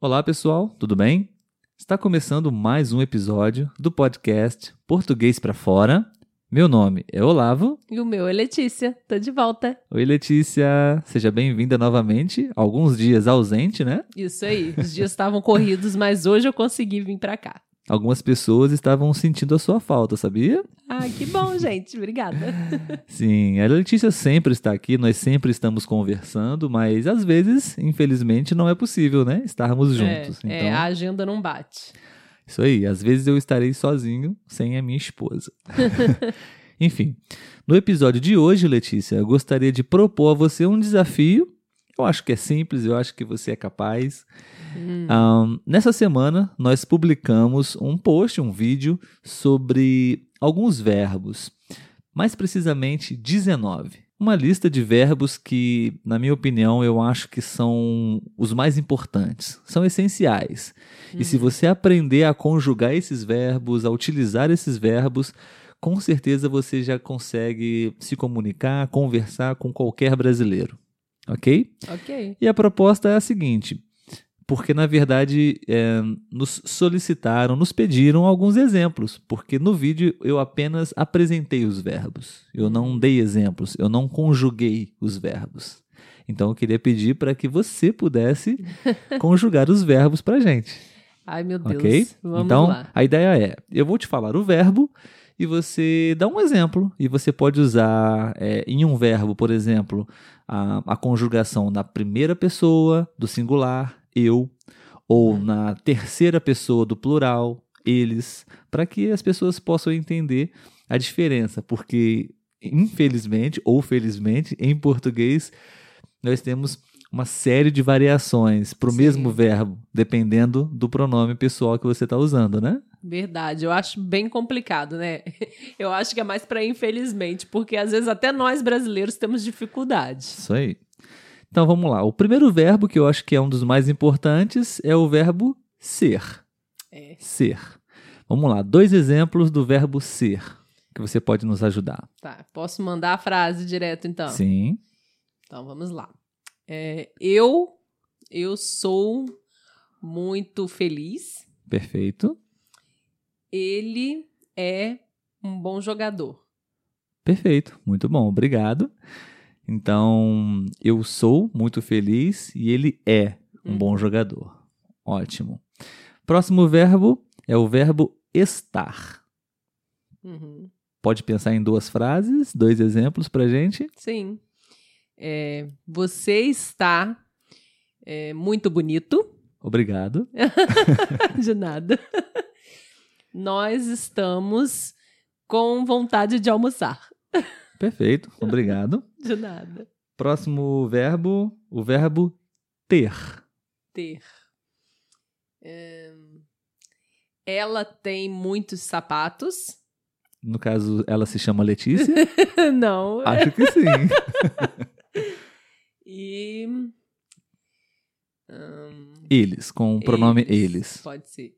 Olá, pessoal, tudo bem? Está começando mais um episódio do podcast Português para Fora. Meu nome é Olavo. E o meu é Letícia, tô de volta. Oi, Letícia, seja bem-vinda novamente. Alguns dias ausente, né? Isso aí, os dias estavam corridos, mas hoje eu consegui vir pra cá. Algumas pessoas estavam sentindo a sua falta, sabia? Ah, que bom, gente, obrigada. Sim, a Letícia sempre está aqui, nós sempre estamos conversando, mas às vezes, infelizmente, não é possível, né? Estarmos juntos. Então, É, é, a agenda não bate. Isso aí, às vezes eu estarei sozinho sem a minha esposa. Enfim, no episódio de hoje, Letícia, eu gostaria de propor a você um desafio. Eu acho que é simples, eu acho que você é capaz. Hum. Ahn, nessa semana, nós publicamos um post, um vídeo sobre alguns verbos, mais precisamente 19. Uma lista de verbos que, na minha opinião, eu acho que são os mais importantes, são essenciais. E se você aprender a conjugar esses verbos, a utilizar esses verbos, com certeza você já consegue se comunicar, conversar com qualquer brasileiro. Ok? Ok. E a proposta é a seguinte, porque na verdade é, nos solicitaram, nos pediram alguns exemplos, porque no vídeo eu apenas apresentei os verbos, eu não dei exemplos, eu não conjuguei os verbos. Então eu queria pedir para que você pudesse conjugar os verbos para gente, Ai, meu Deus. ok? Vamos então lá. a ideia é, eu vou te falar o verbo e você dá um exemplo e você pode usar é, em um verbo, por exemplo, a, a conjugação na primeira pessoa do singular, eu, ou na terceira pessoa do plural, eles, para que as pessoas possam entender a diferença, porque infelizmente ou felizmente em português nós temos uma série de variações para o Sim. mesmo verbo, dependendo do pronome pessoal que você está usando, né? Verdade, eu acho bem complicado, né? Eu acho que é mais pra infelizmente, porque às vezes até nós brasileiros temos dificuldade. Isso aí. Então vamos lá. O primeiro verbo que eu acho que é um dos mais importantes é o verbo ser. É. Ser. Vamos lá. Dois exemplos do verbo ser que você pode nos ajudar. Tá, posso mandar a frase direto então? Sim. Então vamos lá. É, eu, eu sou muito feliz. Perfeito. Ele é um bom jogador. Perfeito. Muito bom. Obrigado. Então, eu sou muito feliz e ele é um Uhum. bom jogador. Ótimo. Próximo verbo é o verbo estar. Uhum. Pode pensar em duas frases, dois exemplos pra gente. Sim. É, você está é, muito bonito. Obrigado. De nada. Nós estamos com vontade de almoçar. Perfeito, obrigado. De nada. Próximo verbo, o verbo ter. Ter. É, ela tem muitos sapatos. No caso, ela se chama Letícia? Não. Acho que sim. E. ahn, Eles, com o um pronome eles. Pode ser.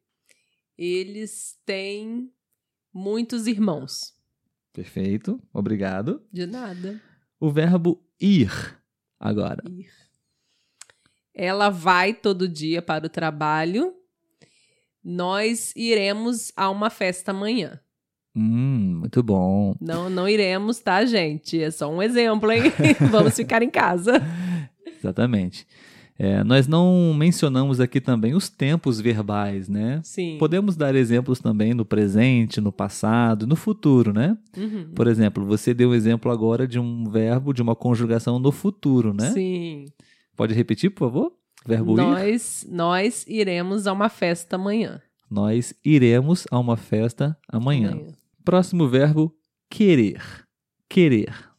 Eles têm muitos irmãos. Perfeito, obrigado. De nada. O verbo ir, agora. Ir. Ela vai todo dia para o trabalho. Nós iremos a uma festa amanhã. Hum, muito bom. Não, não iremos, tá, gente? É só um exemplo, hein? Vamos ficar em casa. Exatamente. É, nós não mencionamos aqui também os tempos verbais, né? Sim. Podemos dar exemplos também no presente, no passado, no futuro, né? Uhum. Por exemplo, você deu o exemplo agora de um verbo, de uma conjugação no futuro, né? Sim. Pode repetir, por favor? Verbo ir. Nós, nós iremos a uma festa amanhã. Nós iremos a uma festa amanhã. Próximo verbo, querer. Querer.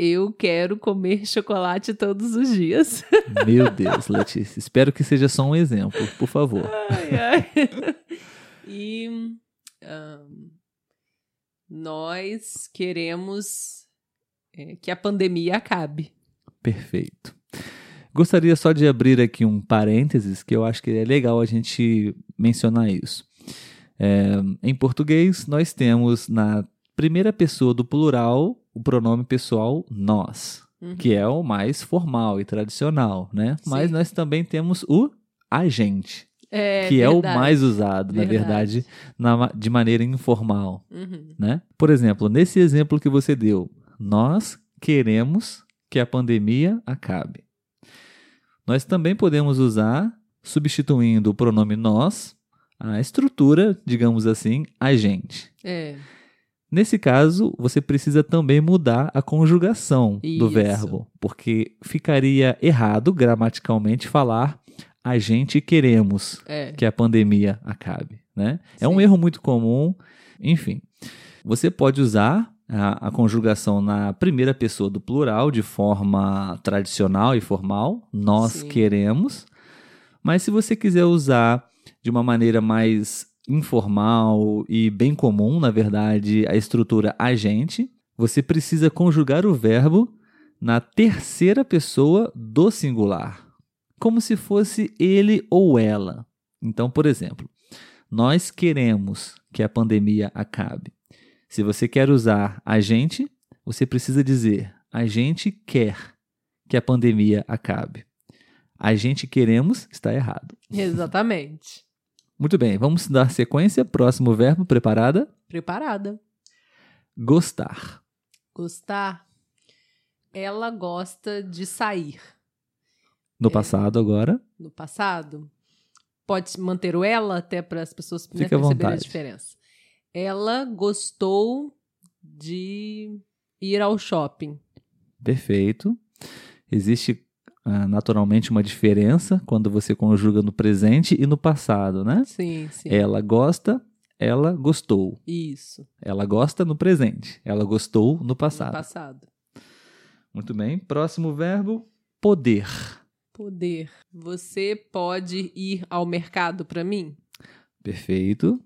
Eu quero comer chocolate todos os dias. Meu Deus, Letícia. Espero que seja só um exemplo, por favor. Ai, ai. e ahn, nós queremos é, que a pandemia acabe. Perfeito. Gostaria só de abrir aqui um parênteses, que eu acho que é legal a gente mencionar isso. É, em português, nós temos na primeira pessoa do plural o pronome pessoal nós. Uhum. que é o mais formal e tradicional, né? Mas Sim. nós também temos o agente, É, que é o verdade. mais usado, na verdade, na ma- de maneira informal, Uhum. né? Por exemplo, nesse exemplo que você deu, nós queremos que a pandemia acabe. Nós também podemos usar, substituindo o pronome nós, a estrutura, digamos assim, agente. É. Nesse caso, você precisa também mudar a conjugação Isso. do verbo, porque ficaria errado gramaticalmente falar a gente queremos É. que a pandemia acabe, né? É um Sim. erro muito comum, enfim. Você pode usar a, a conjugação na primeira pessoa do plural de forma tradicional e formal, nós Sim. queremos. Mas se você quiser usar de uma maneira mais informal e bem comum, na verdade, a estrutura a gente, você precisa conjugar o verbo na terceira pessoa do singular, como se fosse ele ou ela. Então, por exemplo, nós queremos que a pandemia acabe. Se você quer usar a gente, você precisa dizer a gente quer que a pandemia acabe. A gente queremos está errado. Exatamente. Muito bem, vamos dar sequência. Próximo verbo, preparada? Preparada. Gostar. Gostar. Ela gosta de sair. No passado agora. no passado, pode manter o ela até para as pessoas né, Fique à perceberem a vontade. diferença. Ela gostou de ir ao shopping. Perfeito. Existe ah, naturalmente uma diferença quando você conjuga no presente e no passado, né? Sim, sim. Ela gosta, ela gostou. Isso. no Ela gosta no presente, ela gostou no passado. passado. Muito bem. Próximo verbo, poder. Poder. Você pode ir ao mercado para mim? Perfeito.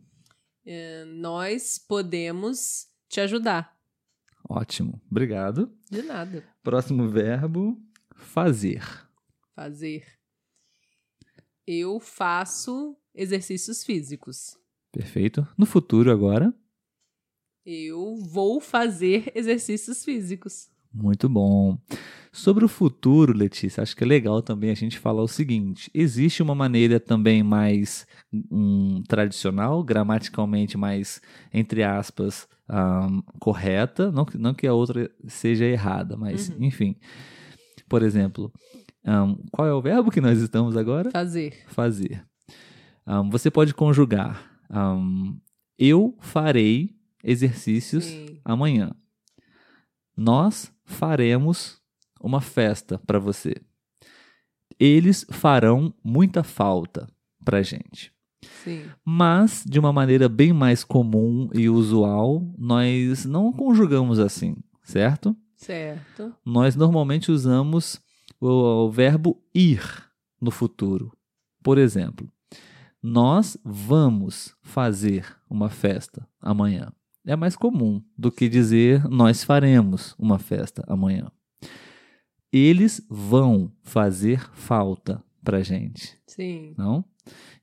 Eh, Nós podemos te ajudar. Ótimo. Obrigado. De nada. Próximo verbo, fazer. Fazer. Eu faço exercícios físicos. Perfeito. No futuro agora. Eu vou fazer exercícios físicos. Muito bom. Sobre o futuro, Letícia, acho que é legal também a gente falar o seguinte: existe uma maneira também mais hum, tradicional, gramaticalmente mais, entre aspas, hum, correta, não, que- não que a outra seja errada, mas Uhum. enfim. Por exemplo, hum, qual é o verbo que nós estamos agora? Fazer. fazer. Ahn, você pode conjugar ahn, eu farei exercícios Sim. amanhã. Nós faremos uma festa para você. Eles farão muita falta pra gente. Sim. Mas, de uma maneira bem mais comum e usual, nós não conjugamos assim, certo? Certo. nós normalmente usamos o, o verbo ir no futuro. Por exemplo, nós vamos fazer uma festa amanhã. É mais comum do que dizer nós faremos uma festa amanhã. Eles vão fazer falta pra gente Sim. não?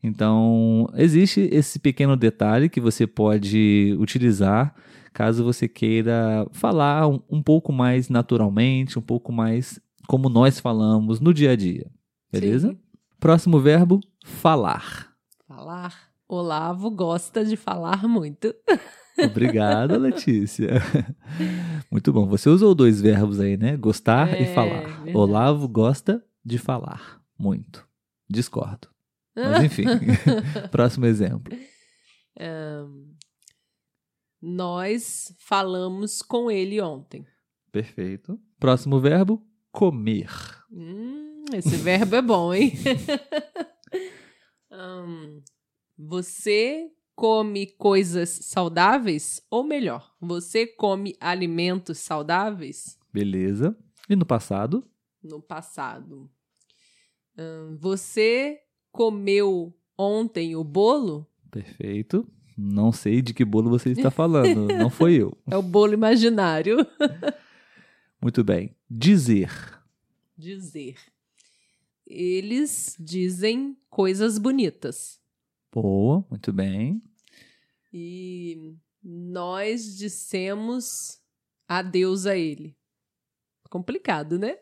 Então, existe esse pequeno detalhe que você pode utilizar caso você queira falar um, um pouco mais naturalmente, um pouco mais como nós falamos no dia a dia. Beleza? Sim. Próximo verbo, falar. Falar. Olavo gosta de falar muito. Obrigada, Letícia. Muito bom. Você usou dois verbos aí, né? Gostar e É, falar. verdade. Olavo gosta de falar muito. Discordo. Mas enfim. Próximo exemplo. Nós falamos com ele ontem. Perfeito. Próximo verbo, comer. Hum, esse verbo é bom, hein? Ahn, você come coisas saudáveis? Ou melhor, você come alimentos saudáveis? Beleza. E no passado? no passado. Ahn, você comeu ontem o bolo? Perfeito. Não sei de que bolo você está falando, não foi eu. É o bolo imaginário. Muito bem. Dizer. Dizer. Eles dizem coisas bonitas. Boa, muito bem. E nós dissemos adeus a ele. Complicado, né?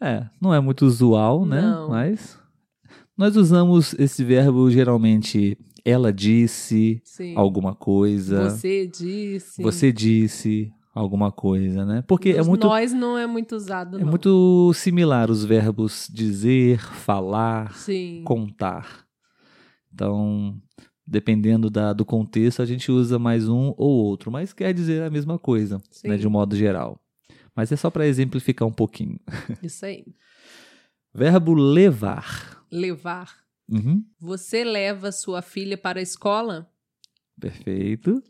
É, não é muito usual, né? Não. Mas nós usamos esse verbo geralmente ela disse Sim. alguma coisa, Você disse. é. você disse alguma coisa, né? Porque é Nos muito Nós não é muito usado, é não. muito similar os verbos dizer, falar, Sim. contar. Então, dependendo da- do contexto, a gente usa mais um ou outro, mas quer dizer a mesma coisa, Sim. né, de um modo geral. Mas é só para exemplificar um pouquinho. Isso aí. Verbo levar. Levar. Uhum, Você leva sua filha para a escola? perfeito.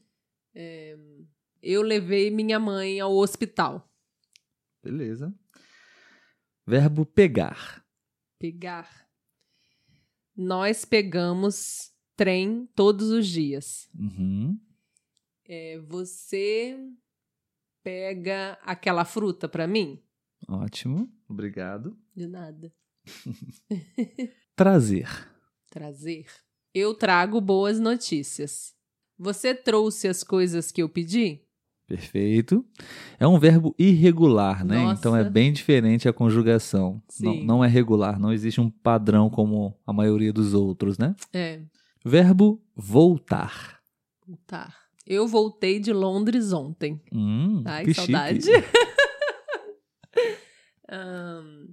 Eu levei minha mãe ao hospital. Beleza. Verbo pegar. Pegar. Nós pegamos trem todos os dias. Uhum, É, você pega aquela fruta para mim? ótimo. Obrigado. De nada. Trazer. Trazer. Eu trago boas notícias. Você trouxe as coisas que eu pedi? Perfeito. É um verbo irregular, né? Nossa. Então é bem diferente a conjugação. Não, Sim. não é regular, não existe um padrão como a maioria dos outros, né? É, Verbo voltar. voltar. tá. Eu voltei de Londres ontem. Hum, Ai, que saudade. chique. Ahn,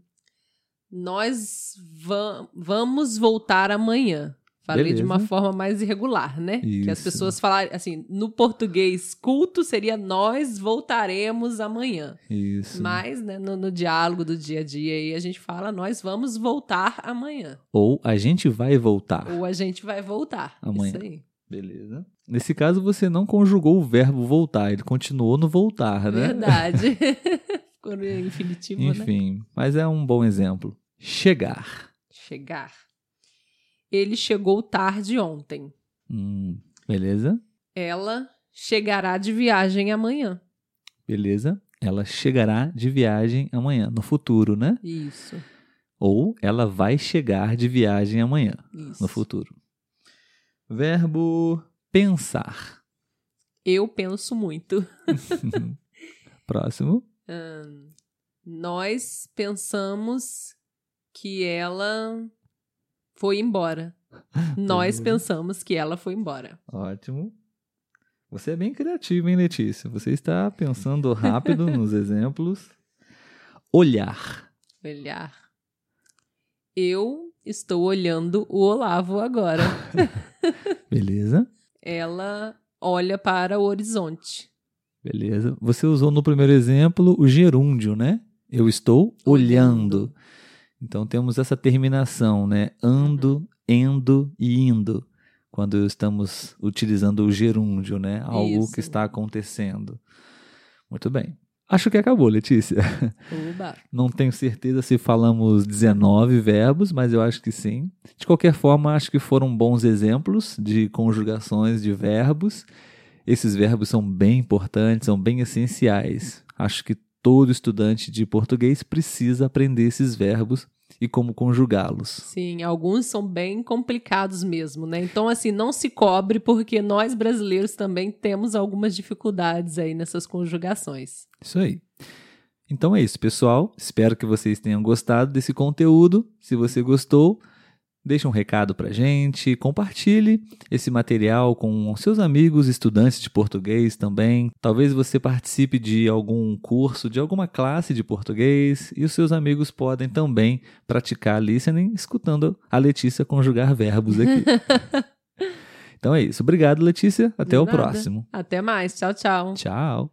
nós va- vamos voltar amanhã. Falei de uma Beleza. forma mais irregular, né? Que as Isso. pessoas falarem, assim, no português culto seria nós voltaremos amanhã. Isso. Mas, né, no, no diálogo do dia a dia aí a gente fala nós vamos voltar amanhã. Ou a gente vai voltar. Ou a gente vai voltar. Ah. Amanhã. Isso aí. Beleza. Nesse caso, você não conjugou o verbo voltar, ele continuou no voltar, né? Verdade. Ficou no infinitivo, né? Enfim, mas é um bom exemplo. Chegar. Chegar. Ele chegou tarde ontem. Hum, beleza? Ela chegará de viagem amanhã. Beleza. Ela chegará de viagem amanhã, no futuro, né? Isso. Ou ela vai chegar de viagem amanhã, Isso. no futuro. Verbo pensar. Eu penso muito. Próximo. Nós pensamos que ela foi embora. Nós Beleza. pensamos que ela foi embora. Ótimo. Você é bem criativo, hein, Letícia? Você está pensando rápido nos exemplos. Olhar. Olhar. Eu estou olhando o Olavo agora. Beleza? ela olha para o horizonte. Beleza. Você usou no primeiro exemplo o gerúndio, né? Eu estou olhando. Olhando. Então temos essa terminação, né? Ando, endo e indo. Quando estamos utilizando o gerúndio, né? Algo Isso. que está acontecendo. Muito bem. Acho que acabou, Letícia. Oba. Não tenho certeza se falamos 19 verbos, mas eu acho que sim. De qualquer forma, acho que foram bons exemplos de conjugações de verbos. Esses verbos são bem importantes, são bem essenciais. Acho que todo estudante de português precisa aprender esses verbos e como conjugá-los. Sim, alguns são bem complicados mesmo, né? Então, assim, não se cobre, porque nós brasileiros também temos algumas dificuldades aí nessas conjugações. Isso aí. Então é isso, pessoal. Espero que vocês tenham gostado desse conteúdo. Se você gostou, deixe um recado pra gente, compartilhe esse material com seus amigos estudantes de português também. Talvez você participe de algum curso, de alguma classe de português, e os seus amigos podem também praticar listening escutando a Letícia conjugar verbos aqui. então é isso. Obrigado, Letícia. Até De o nada. próximo. Até mais. Tchau, tchau. Tchau.